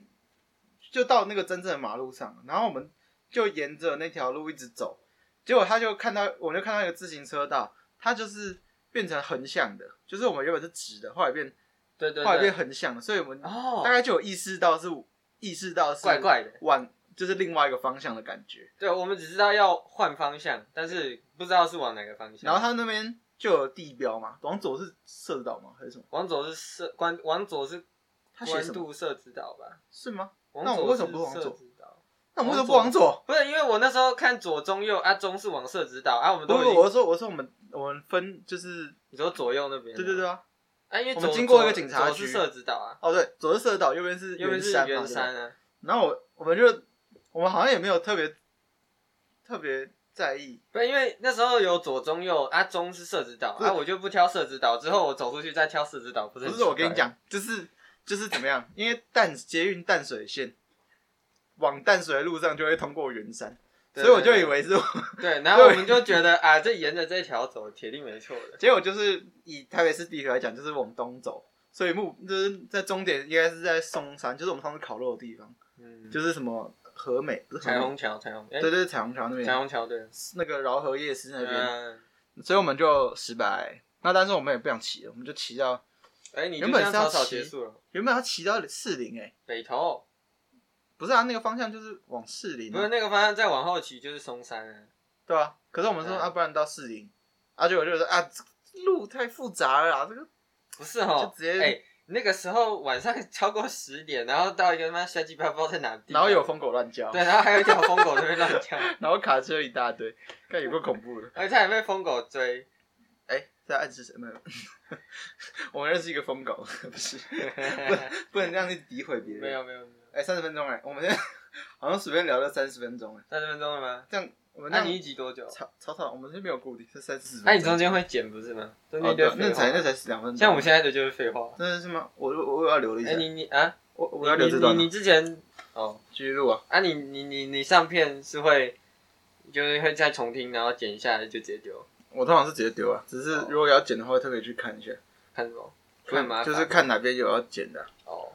Speaker 1: 就到那个真正的马路上，然后我们就沿着那条路一直走，结果他就看到，我就看到一个自行车道，它就是变成横向的，就是我们原本是直的，后来变
Speaker 2: 对对
Speaker 1: 后来变
Speaker 2: 对。
Speaker 1: 横向的，所以我们
Speaker 2: 哦
Speaker 1: 大，概就有意识到是意识到是
Speaker 2: 怪怪的。
Speaker 1: 往就是另外一个方向的感觉，
Speaker 2: 对，我们只知道要换方向，但是不知道是啊往哪个方向。
Speaker 1: 然后他那边就有地标嘛，往左是社子岛吗？还是什么？
Speaker 2: 往左是社关，往左是
Speaker 1: 他写
Speaker 2: 关
Speaker 1: 什么？
Speaker 2: 渡社指导吧？
Speaker 1: 是吗？
Speaker 2: 往
Speaker 1: 那我为什么不往
Speaker 2: 是社
Speaker 1: 左
Speaker 2: 指导？
Speaker 1: 那我们为什么不往左？
Speaker 2: 不是因为我那时候看左中右啊，中是往社指导啊，我们
Speaker 1: 不
Speaker 2: 都
Speaker 1: 不
Speaker 2: 已，经
Speaker 1: 我是说我是说我们我们分就是
Speaker 2: 你说左右那边，
Speaker 1: 对对对，啊，
Speaker 2: 啊，因为
Speaker 1: 我
Speaker 2: 左
Speaker 1: 们经过一个警察
Speaker 2: 左
Speaker 1: 局
Speaker 2: 是社指导啊，
Speaker 1: 哦对，左是社岛，右边是
Speaker 2: 右边是
Speaker 1: 山嘛
Speaker 2: 圆
Speaker 1: 对吧
Speaker 2: 山啊，
Speaker 1: 然后我我们就我们好像也没有特别特别在意，
Speaker 2: 不是因为那时候有左中右啊，中是社指导
Speaker 1: 不是
Speaker 2: 啊，我就不挑社指导，之后我走出去再挑社指导，不是
Speaker 1: 不
Speaker 2: 很
Speaker 1: 是我跟你
Speaker 2: 奇怪，
Speaker 1: 讲，就是就是怎么样，因为淡捷运淡水线往淡水的路上就会通过圆山，
Speaker 2: 对
Speaker 1: 所以我就
Speaker 2: 对
Speaker 1: 以为是我，
Speaker 2: 对，然后我们就觉得啊，这沿着这条走，铁定没错 的。
Speaker 1: 结果就是以台北市地图来讲，就是往东走，所以目就是在终点应该是在松山，就是我们上次烤肉的地方，
Speaker 2: 嗯，
Speaker 1: 就是什么和美不是和美
Speaker 2: 彩虹桥，彩虹，哎
Speaker 1: 对，对，彩虹桥那
Speaker 2: 彩
Speaker 1: 边，
Speaker 2: 虹桥对，
Speaker 1: 那个饶河夜市那边，
Speaker 2: 嗯，
Speaker 1: 所以我们就失败。那但是我们也不想骑了，我们就骑到
Speaker 2: 哎，你就
Speaker 1: 原
Speaker 2: 这
Speaker 1: 本
Speaker 2: 样
Speaker 1: 是要
Speaker 2: 草草
Speaker 1: 骑
Speaker 2: 结束了。
Speaker 1: 原本要骑到四零哎，
Speaker 2: 北投
Speaker 1: 不是啊，那个方向就是往四零、
Speaker 2: 不是那个方向，再往后骑就是松山了。
Speaker 1: 对啊。可是我们说、
Speaker 2: 嗯
Speaker 1: 啊，不然到四零，啊，结果就说啊，这个路太复杂了啦，这个
Speaker 2: 不是哈，
Speaker 1: 就直接
Speaker 2: 哎、那个时候晚上 超过十点，然后到一个他妈瞎鸡巴不知道在哪个地
Speaker 1: 然
Speaker 2: 方，
Speaker 1: 后有疯狗乱叫，
Speaker 2: 对，然后还有一条疯狗在那边乱跳，
Speaker 1: 然后卡车一大堆，看有够恐怖的。
Speaker 2: 而且还被疯狗追，
Speaker 1: 哎，在暗示什么？ 我们认识一个疯狗，不是，不不能这样去诋毁别人。
Speaker 2: 没，有没有没有，
Speaker 1: 哎，三十分钟哎，我们 现在好像随便聊了三十分钟哎，
Speaker 2: 三十分钟了吗？
Speaker 1: 这样我们
Speaker 2: 那
Speaker 1: 那
Speaker 2: 你一集多久？
Speaker 1: 草草草，我们是没有固定，是三四十分钟。
Speaker 2: 那、哎你中间会剪不是吗？中间
Speaker 1: 哦
Speaker 2: 一堆
Speaker 1: 对
Speaker 2: 废话、
Speaker 1: 那才那才十两分钟，
Speaker 2: 像我们现在的就是废话。
Speaker 1: 真的是吗？我我我要留了一
Speaker 2: 哎、
Speaker 1: 下，
Speaker 2: 你你啊，
Speaker 1: 我我要留
Speaker 2: 你
Speaker 1: 这
Speaker 2: 你
Speaker 1: 段
Speaker 2: 你之前哦
Speaker 1: 继续录啊。
Speaker 2: 啊你你你你上片是会就是会再重听，然后剪一下来就直接丢，
Speaker 1: 我通常是直接丢啊，只是如果要剪的话，会特别去看一下，
Speaker 2: 哦看什么？不会
Speaker 1: 看
Speaker 2: 麻烦
Speaker 1: 就是看哪边有要剪的啊。
Speaker 2: 哦，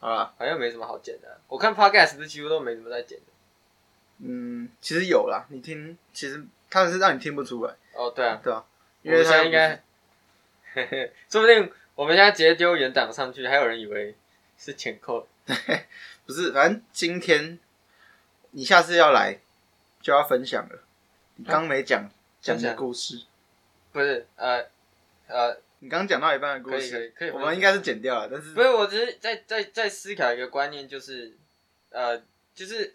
Speaker 1: 好啦，
Speaker 2: 好像没什么好剪的啊、我看 podcast 不是几乎都没怎么在剪的。
Speaker 1: 嗯，其实有啦，你听，其实他们是让你听不出来，
Speaker 2: 哦，对啊，
Speaker 1: 对啊，因
Speaker 2: 因
Speaker 1: 为
Speaker 2: 为现在
Speaker 1: 他
Speaker 2: 应该，嘿嘿， 说不定我们现在直接丢原档上去，还有人以为是前扣。
Speaker 1: 不是，反正今天你下次要来就要分享了，你刚没讲讲你的故事，
Speaker 2: 不是，呃，呃，
Speaker 1: 你刚讲到一半的故
Speaker 2: 可以可以
Speaker 1: 事，
Speaker 2: 可以
Speaker 1: 我
Speaker 2: 分享
Speaker 1: 们应该是剪掉了，但是
Speaker 2: 不是，我只是在在在思考一个观念，就是，呃，就是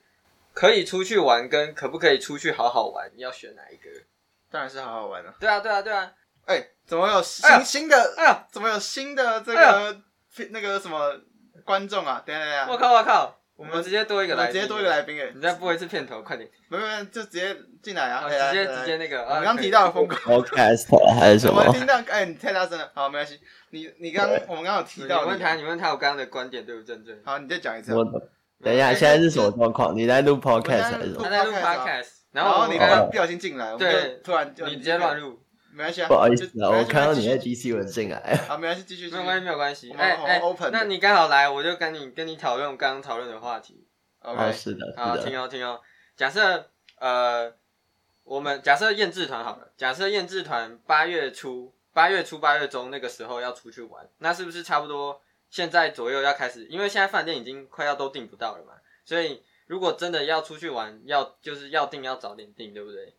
Speaker 2: 可以出去玩跟可不可以出去好好玩，要选哪一个？
Speaker 1: 当然是好好玩了。
Speaker 2: 对啊，对啊，对啊。
Speaker 1: 哎，怎么有新
Speaker 2: 哎呀
Speaker 1: 新的
Speaker 2: 哎呀，
Speaker 1: 怎么有新的这
Speaker 2: 哎
Speaker 1: 个、那个什么观众啊？等一下等一下，
Speaker 2: 我靠，我靠，
Speaker 1: 我
Speaker 2: 我
Speaker 1: 们
Speaker 2: 们直接多一个
Speaker 1: 我们
Speaker 2: 来，
Speaker 1: 直接多一个，来宾哎，
Speaker 2: 你再播一次片头，快点，
Speaker 1: 没有没有，就直接进来啊，
Speaker 2: 啊
Speaker 1: 哎
Speaker 2: 直接
Speaker 1: 来来
Speaker 2: 直接那个，
Speaker 1: 我们
Speaker 2: 啊
Speaker 1: 刚
Speaker 2: 可以
Speaker 1: 提到的疯狗，
Speaker 3: Podcast 还 是什
Speaker 1: 我
Speaker 3: 么？
Speaker 1: 听到哎，你太大声了，好，没关系，你你 刚我们刚刚有提
Speaker 2: 你
Speaker 1: 到
Speaker 2: 问
Speaker 1: 你
Speaker 2: 他，你问他我刚刚的观点对不正确？
Speaker 1: 好，你再讲一次啊。
Speaker 3: 我等一下，现在是什么状况？你在录
Speaker 1: 们
Speaker 3: Podcast
Speaker 1: 在
Speaker 3: 还是什
Speaker 1: 录
Speaker 2: 他
Speaker 3: 么？
Speaker 2: 在录
Speaker 1: podcast 啊
Speaker 2: podcast，然
Speaker 1: 然
Speaker 2: 后
Speaker 1: 后
Speaker 2: 我
Speaker 1: 你
Speaker 2: 刚
Speaker 1: 刚
Speaker 2: 刚
Speaker 3: 哦
Speaker 1: 刚不小心进来，我们
Speaker 2: 对
Speaker 1: 就突然就
Speaker 2: 你直接乱，入，
Speaker 1: 没关系啊，
Speaker 3: 不好意思
Speaker 1: 就
Speaker 3: 啊，
Speaker 1: 没
Speaker 3: 我
Speaker 1: 关系
Speaker 3: 看到你
Speaker 1: 继续
Speaker 3: 在 GC 文进来，
Speaker 1: 好，没关系，继续继
Speaker 2: 没
Speaker 1: 续。
Speaker 2: 有关系，没有关系。
Speaker 1: 我们
Speaker 2: 哎
Speaker 1: 好
Speaker 2: 哎
Speaker 1: 哦 open 的
Speaker 2: 那你刚好来，我就跟你跟你讨论我刚刚讨论的话题。
Speaker 3: 哦，
Speaker 1: OK，
Speaker 3: 是的，
Speaker 2: 好，
Speaker 3: 是的，
Speaker 2: 听哦听哦。假设呃，我们假设验制团好了，假设验制团八月初、八月初、八月中那个时候要出去玩，那是不是差不多现在左右要开始？因为现在饭店已经快要都订不到了嘛，所以如果真的要出去玩，要就是要订要早点订，对不对？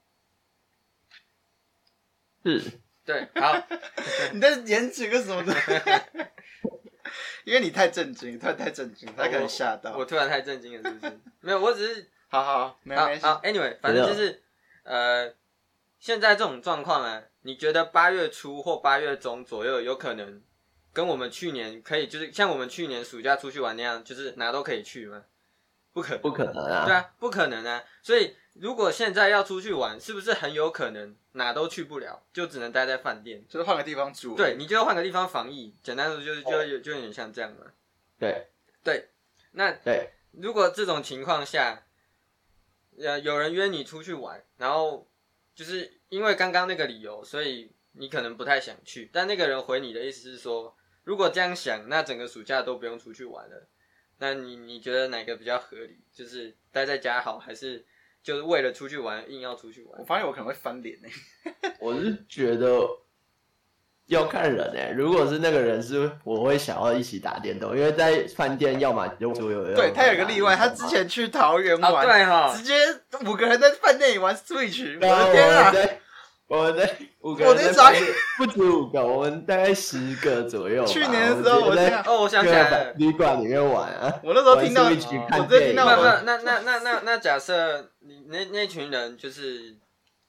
Speaker 3: 是
Speaker 2: 对， 好，
Speaker 1: 你在演几个什么东西？ 因为你太震惊，太太震惊，他可能吓到
Speaker 2: 我。突然太震惊了，是不是？没有，我只是
Speaker 1: 好好，没
Speaker 2: 啊
Speaker 1: 没事。
Speaker 2: 啊，anyway，反正就是呃，现在这种状况呢，你觉得八月初或八月中左右有可能跟我们去年可以，就是像我们去年暑假出去玩那样，就是哪都可以去吗？不可
Speaker 3: 不可能
Speaker 2: 对
Speaker 3: 啊，
Speaker 2: 啊，不可能啊！所以如果现在要出去玩，是不是很有可能哪都去不了，就只能待在饭店？
Speaker 1: 就是换个地方住。
Speaker 2: 对，，你就要换个地方防疫，简单的说就是就有就有点像这样嘛。
Speaker 3: 对
Speaker 2: 那
Speaker 3: 对，
Speaker 2: 如果这种情况下，呃，有人约你出去玩，然后就是因为刚刚那个理由，所以你可能不太想去。但那个人回你的意思是说，如果这样想，那整个暑假都不用出去玩了。那你你觉得哪个比较合理？就是待在家好，还是就是为了出去玩硬要出去
Speaker 1: 我
Speaker 2: 玩？
Speaker 1: 发现我可能会翻脸呢。
Speaker 3: 我是觉得要看人诶、如果是那个人是，我会想要一起打电动，因为在饭店要么就桌游，
Speaker 1: 对
Speaker 3: 要么
Speaker 1: 他有一个例外，
Speaker 3: 打
Speaker 1: 他
Speaker 3: 电动
Speaker 1: 之前去桃园
Speaker 2: 哦，
Speaker 1: 玩，
Speaker 2: 对哈
Speaker 1: 直，接五个人在饭店里玩 Switch，我
Speaker 3: 对啊
Speaker 1: 的天啊！！
Speaker 3: 我们在我们在五
Speaker 1: 我在
Speaker 3: 个人在
Speaker 1: 找
Speaker 3: 旁边，不止五个，我们大概十个左右吧。
Speaker 1: 去年的时候
Speaker 3: 我
Speaker 1: 我
Speaker 3: 们
Speaker 1: 这
Speaker 3: 在
Speaker 1: 样，
Speaker 2: 哦，我想起来了，
Speaker 3: 旅馆里面玩啊，
Speaker 1: 我那时候听到，
Speaker 3: 玩
Speaker 1: 我
Speaker 3: Switch
Speaker 2: 哦
Speaker 3: 看
Speaker 1: 真的
Speaker 3: 电
Speaker 1: 听
Speaker 3: 影
Speaker 1: 到
Speaker 2: 那不
Speaker 1: 我，
Speaker 2: 那那那那那那假设你那那群人就是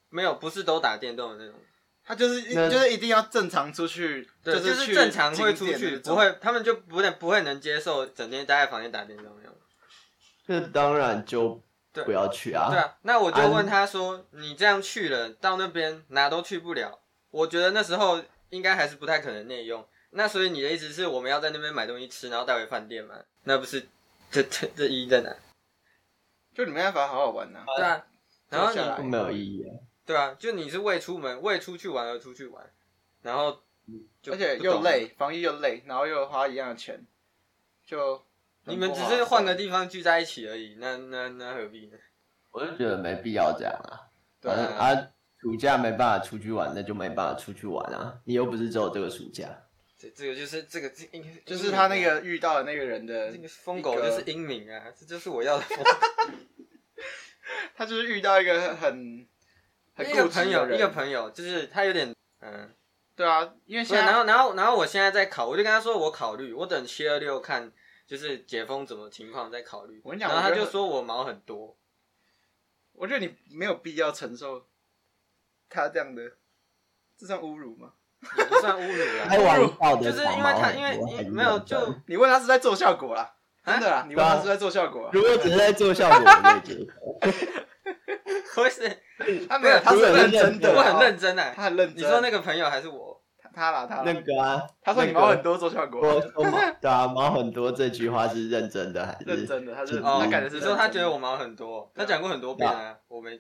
Speaker 2: 没有不是都打电动的那种，
Speaker 1: 他就是一
Speaker 3: 那
Speaker 1: 就是一定要正常出去，
Speaker 2: 对，就是
Speaker 1: 去
Speaker 2: 正常会出
Speaker 1: 景点
Speaker 2: 去，
Speaker 1: 的那种
Speaker 2: 不会他们就不能不会能接受整天待在房间打电动那种。
Speaker 3: 这当然就不要去啊。
Speaker 2: 对啊，那我就
Speaker 3: 安
Speaker 2: 问他说：“你这样去了，到那边哪都去不了。”我觉得那时候应该还是不太可能内用。那所以你的意思是
Speaker 1: 啊
Speaker 2: 我们要在那边买东西吃，然后带回饭店吗？那不是这这这意义在哪？
Speaker 1: 就你没办法好好玩呐、
Speaker 2: 对啊，然
Speaker 1: 坐下
Speaker 2: 后
Speaker 1: 来
Speaker 2: 你
Speaker 4: 没有意义啊。
Speaker 2: 对啊，就你是为出门、为出去玩而出去玩，然后就
Speaker 1: 而且
Speaker 2: 不
Speaker 1: 又
Speaker 2: 懂了啊
Speaker 1: 累，防疫又累，然后又花一样的钱，就很啊
Speaker 2: 你们
Speaker 1: 不
Speaker 2: 只
Speaker 1: 划
Speaker 2: 是换
Speaker 1: 算
Speaker 2: 个地方聚在一起而已，那那那何必呢？
Speaker 4: 我就觉得没必要这样啊。
Speaker 1: 对
Speaker 4: 反正
Speaker 1: 啊，
Speaker 4: 啊，暑假没办法出去玩，那就没办法出去玩啊。你又不是只有这个暑假，
Speaker 2: 这这个就是这个这应该啊
Speaker 1: 就是他那个遇到的那个人的
Speaker 2: 这个疯狗就是英明啊，这就是我要的疯。
Speaker 1: 他就是遇到一个很 很
Speaker 2: 一个
Speaker 1: 固执的
Speaker 2: 朋友，
Speaker 1: 人
Speaker 2: 一个朋友，就是他有点嗯，
Speaker 1: 对啊，因为
Speaker 2: 不是
Speaker 1: 现
Speaker 2: 然
Speaker 1: 在
Speaker 2: 后然后然后我现在在考，我就跟他说我考虑，我等七二六看就是解封怎么情况再考虑。
Speaker 1: 我跟你讲
Speaker 2: 然后他
Speaker 1: 我觉得
Speaker 2: 就说我毛很多，
Speaker 1: 我觉得你没有必要承受他这样的，这算侮辱吗？
Speaker 2: 也不算 侮辱啊
Speaker 4: 开
Speaker 3: 哎
Speaker 1: 哎
Speaker 2: 啦，
Speaker 4: 玩笑的，
Speaker 2: 就是因为他因为因为没有就
Speaker 1: 你问他是在做效果啦，
Speaker 2: 啊
Speaker 1: 真的啦，你问他是在做效果啊，
Speaker 4: 如果只是在做效果，我也觉得。
Speaker 2: 不是
Speaker 1: 他没有，他是认真的，
Speaker 2: 啊我很
Speaker 1: 哦，
Speaker 2: 认真哎。
Speaker 1: 他很认真。
Speaker 2: 你说那个朋友还是我？
Speaker 1: 他他啦他
Speaker 4: 那
Speaker 1: 啦，
Speaker 4: 个啊，
Speaker 1: 他说你毛很多做效果，
Speaker 4: 多说毛，对啊，毛很多这句话是认真的还是？
Speaker 1: 认真的，他是
Speaker 2: 哦
Speaker 1: 他感觉是
Speaker 2: 你说他觉得
Speaker 1: 我，
Speaker 2: 我毛很多，
Speaker 1: 对啊
Speaker 2: 他讲过很多遍啊，我没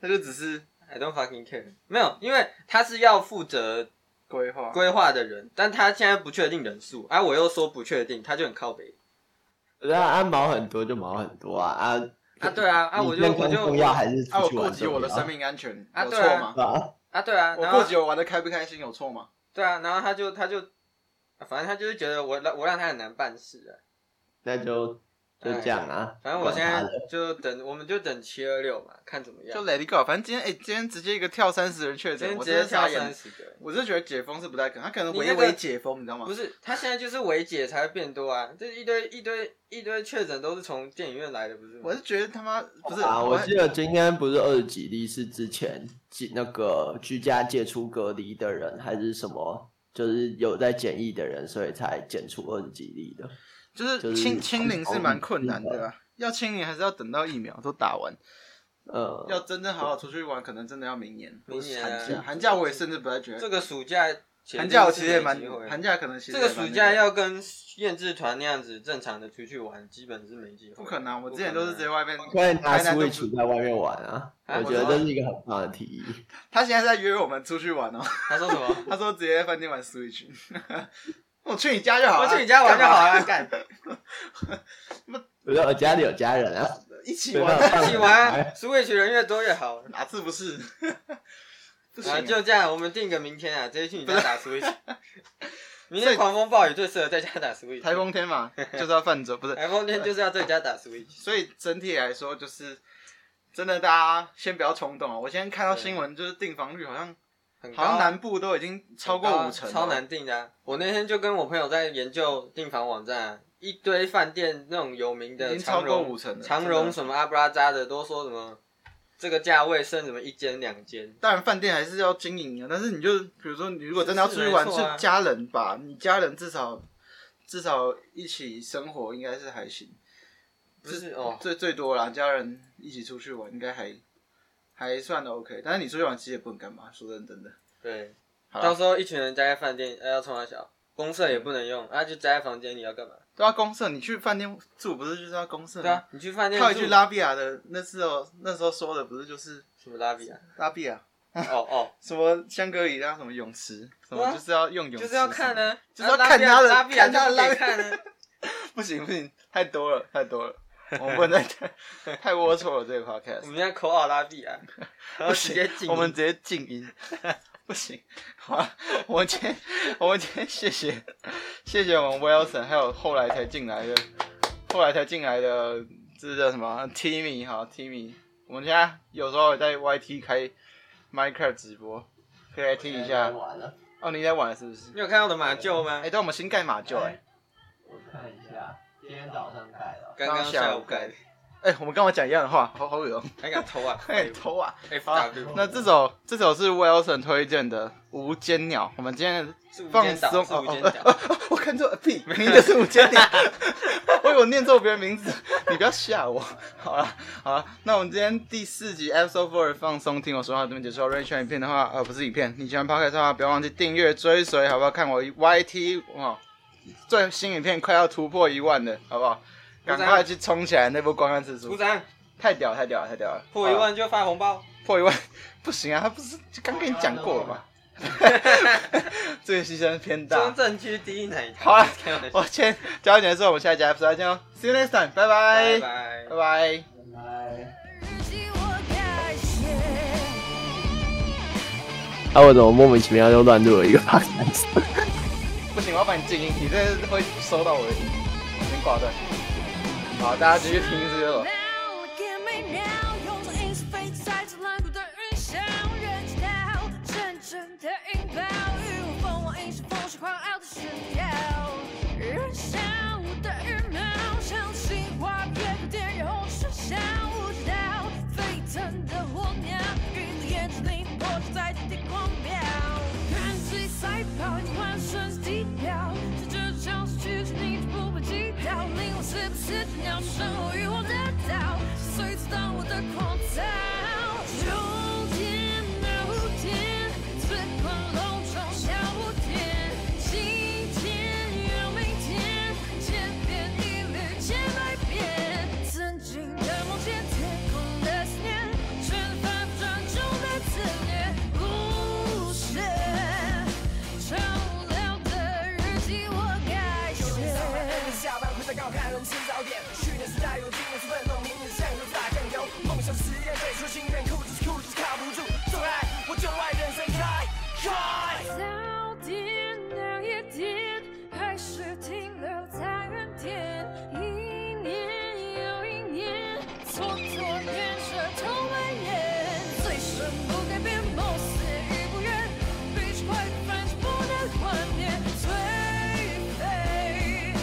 Speaker 1: 他就只是
Speaker 2: I don't fucking care。没有，因为他是要负责
Speaker 1: 规划，
Speaker 2: 规划的人，但他现在不确定人数，哎、啊，我又说不确定，他就很靠北。
Speaker 4: 对啊，啊毛很多就毛很多啊啊
Speaker 2: 啊，对啊，啊，
Speaker 4: 你
Speaker 2: 我就
Speaker 4: 健
Speaker 2: 我
Speaker 4: 康重
Speaker 2: 就
Speaker 4: 要还是
Speaker 1: 啊，我
Speaker 4: 出去
Speaker 1: 顾
Speaker 4: 玩
Speaker 1: 及我的
Speaker 4: 重要
Speaker 1: 生命安全，
Speaker 2: 啊
Speaker 1: 有
Speaker 2: 对
Speaker 1: 错
Speaker 2: 啊
Speaker 1: 吗？
Speaker 4: 对啊，
Speaker 2: 啊，对啊，
Speaker 1: 我
Speaker 2: 然
Speaker 1: 过
Speaker 2: 后
Speaker 1: 节我玩的开不开心有错吗？
Speaker 2: 对啊，然后他就他就，反正他就是觉得我让我让他很难办事啊。
Speaker 4: 那就就这样啊。
Speaker 2: 反正我现
Speaker 4: 管
Speaker 2: 在
Speaker 4: 他的
Speaker 2: 就等，我们就等七二六嘛，看怎么
Speaker 1: 就
Speaker 2: 样。
Speaker 1: Let it go，反正今天哎、今天直接一个跳三十人确
Speaker 2: 今
Speaker 1: 诊，
Speaker 2: 天
Speaker 1: 我
Speaker 2: 直
Speaker 1: 真
Speaker 2: 接
Speaker 1: 的傻
Speaker 2: 跳
Speaker 1: 眼
Speaker 2: 三。十个，
Speaker 1: 我是觉得解封是不太可能，他可能
Speaker 2: 你
Speaker 1: 唯
Speaker 2: 那个
Speaker 1: 唯解封，你知道吗
Speaker 2: 不？是他现在就是维解才会变多啊，这一堆一堆一堆确诊都是从电影院来的，不是吗？
Speaker 1: 我是觉得他妈不是
Speaker 4: 啊，我
Speaker 1: 还
Speaker 4: 记得今天不是二十几例是之前居那个居家戒出隔离的人，还是什么，就是有在检疫的人，所以才检出二十几例的。
Speaker 1: 就是
Speaker 4: 就是
Speaker 1: 清清零是蛮困难
Speaker 4: 啊
Speaker 1: 的啦，要清零还是要等到疫苗都打完，
Speaker 4: 呃，
Speaker 1: 要真正好好出去玩，可能真的要明年，
Speaker 2: 明年啊
Speaker 1: 或是寒假，寒假我也甚至不太觉得，
Speaker 2: 这个暑假前
Speaker 1: 寒假我其实也蛮
Speaker 2: 是没机会，
Speaker 1: 寒假可能其实
Speaker 2: 这个
Speaker 1: 也蛮
Speaker 2: 暑假
Speaker 1: 那
Speaker 2: 要跟燕志团那样子正常的出去玩，基本是没机会。
Speaker 1: 不可能啊，我之前都是直接外面，
Speaker 4: 可以拿
Speaker 1: 台南都
Speaker 4: Switch 在外面玩啊，
Speaker 2: 啊
Speaker 4: 我觉得这是一个很棒的提议。
Speaker 1: 他现在在约我们出去玩哦，
Speaker 2: 他说什 么？
Speaker 1: 他说直接在饭店玩 Switch，我去你家就好啊
Speaker 2: 我
Speaker 1: 了，
Speaker 2: 去你家玩就好了，干
Speaker 4: 我说我家里有家人啊，
Speaker 1: 一起
Speaker 4: 对
Speaker 1: 玩
Speaker 4: 吧？
Speaker 1: 啊，
Speaker 2: 一起玩，Switch 人越多越好。
Speaker 1: 哪次不啊是？ 不行啊
Speaker 2: 啊，就这样，我们定个明天啊，直接去你家打 Switch。明天狂风暴雨最适合在家打 Switch。
Speaker 1: 台风天 嘛，就是要泛舟，不是？
Speaker 2: 台风天就是要在家打 Switch。
Speaker 1: 所以整体来说，就是真的，大家先不要冲动啊！我今天看到新闻，就是订房率好像
Speaker 2: 很高
Speaker 1: 好
Speaker 2: 啊
Speaker 1: 像南部都已经超过五成了，哦
Speaker 2: 超难订的啊、我那天就跟我朋友在研究订房网站啊、一堆饭店那种有名
Speaker 1: 已
Speaker 2: 的
Speaker 1: 经超
Speaker 2: 长
Speaker 1: 过
Speaker 2: 荣、
Speaker 1: 五成了。
Speaker 2: 长
Speaker 1: 真
Speaker 2: 荣
Speaker 1: 的，
Speaker 2: 什么阿布拉扎的都说什么这个价位剩什么一间两间，
Speaker 1: 当然饭店还是要经营啊，但是你就比如说，你如果真的要出去
Speaker 2: 是
Speaker 1: 玩，
Speaker 2: 没错啊
Speaker 1: 是家人吧，你家人至少至少一起生活应该是还行，
Speaker 2: 不是哦，
Speaker 1: 最最多啦，家人一起出去玩应该还还算 OK。但是你出去玩其实也不能干嘛，说认真的，
Speaker 2: 对，
Speaker 1: 好啊啦
Speaker 2: 到时候一群人宅在饭店，哎、要冲他小，公社也不能用，啊，就宅在房间里要干嘛？
Speaker 1: 对啊，公社你去饭店住不是就是要公社吗？
Speaker 2: 对啊，你去饭店
Speaker 1: 套一句
Speaker 2: 住
Speaker 1: 拉比亚的，那时候那时候说的不是就是
Speaker 2: 什么拉比啊？
Speaker 1: 拉比亚
Speaker 2: 哦哦，
Speaker 1: 什么香格里拉什么泳池，什么
Speaker 2: 哇
Speaker 1: 就是要 用泳池，
Speaker 2: 啊就是要看，呢，
Speaker 1: 就是要
Speaker 2: 啊
Speaker 1: 看他的
Speaker 2: 拉比啊
Speaker 1: 看他的
Speaker 2: 拉
Speaker 1: 拉
Speaker 2: 比啊就不给
Speaker 1: 比
Speaker 2: 看呢，
Speaker 1: 不行不行，太多了太多了，我们不能 再太龌龊了这个
Speaker 2: 我
Speaker 1: podcast，
Speaker 2: 们要口耳拉比啊，然后直接进，
Speaker 1: 我们直接静音， 不行，好啊，我们今天我们今天谢谢谢谢我们 Wilson，还有后来才进来的，后来才进来的这叫什么 Timmy 好 Timmy，我们现在有时候也在 YT 开 Minecraft 直播，可以来听一下。
Speaker 4: 完了，
Speaker 1: 哦，你在玩是不是？
Speaker 2: 你有看到我的马厩吗
Speaker 1: 哎、？对，我们新盖马厩哎、
Speaker 4: 我看一下，今天早上盖的，
Speaker 2: 刚刚下午盖的，
Speaker 1: 哎、我们跟我讲一样的话，好好恶哦、
Speaker 2: 还敢偷啊？
Speaker 1: 哎、偷啊！
Speaker 2: F
Speaker 1: 好啊
Speaker 2: W，
Speaker 1: 那这首这首是 Wilson 推荐的《无间鸟》，我们今天的
Speaker 2: 是无
Speaker 1: 放
Speaker 2: 间
Speaker 1: 松
Speaker 2: 岛，是
Speaker 1: 哦
Speaker 2: 无间
Speaker 1: 哦
Speaker 2: 岛
Speaker 1: 哦。哦， 我看错了，屁，你的是无间鸟， 我有念错别人名字， 你不要吓我。好了好了，那我们今天第四集 Episode Four 放松听我说话这边结束了。如果你喜欢影片的话，呃，不是影片，你喜欢 Podcast 的话，不要忘记订阅追随，好不好？看我 YT 哦，最新影片快要突破一万了，好不好？赶快去冲起来那波观看次数
Speaker 2: 鼓。掌，
Speaker 1: 太屌了太屌了太屌了！啊
Speaker 2: 破一万就发红包，
Speaker 1: 破一万 不行啊，他不是就刚跟你讲过 了吗？这个牺牲偏大
Speaker 2: 中。正区第一奶
Speaker 1: 啊好
Speaker 2: 糖。
Speaker 1: 啊了
Speaker 2: 啊开玩笑
Speaker 1: 我先交钱的时候，我们下一集 F 再见哦，See you next time，拜拜
Speaker 2: 拜
Speaker 1: 拜。
Speaker 2: 拜
Speaker 1: 拜。
Speaker 5: 日记我改写。
Speaker 4: 啊，我怎么莫名其妙就乱入了一个 p o
Speaker 1: 不行，我要把你静音，你这会收到我的音，我先挂断。好，大家继续听这个。
Speaker 5: Now, give me now，用着硬是飞机载着蓝谷的云霄，人行道，阵阵的音标，与我风往一起风是狂傲的炫耀，燃烧的羽毛，像心花夜空点燃红尘小舞蹈，沸腾的火苗，映入眼睛里，我就在天地狂飙，看谁赛跑，你换顺时地表，这就像是去去你不被击倒，灵魂是不是只鸟，生活与我难道，谁阻挡我的狂躁？秋天的雾天，时光笼中小雨天，今天有明天，千篇一律千百遍，曾经的梦见天空的思念，全反转中的自虐故事。潮流的日记我改写。
Speaker 6: 下班回家高看人吃早点，去年是带有今年是愤怒，明年是像油炸酱油，梦想实验最初心愿，酷就是酷就是靠不住，做爱我就爱人生开开。
Speaker 5: 早点那一天，还是停留在原点。一年又一年，蹉跎变成同蔓延。最深不改变，梦死于不愿，必须快反正不能幻灭，颓废。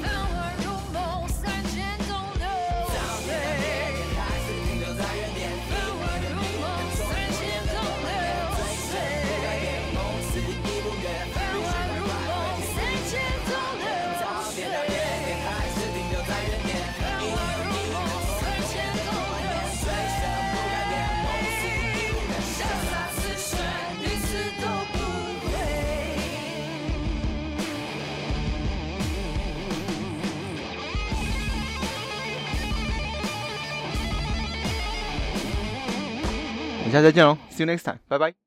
Speaker 5: 繁华如梦，三千东流。早点还是停留在原点。繁华如梦，三千东流。水。繁华如梦，三千东流水。还是停留在原点。繁华如梦，三千东流水。不改变，梦是一不变。潇洒此生，一次都不悔。
Speaker 1: 我们下次再见喽，See you next time，拜拜。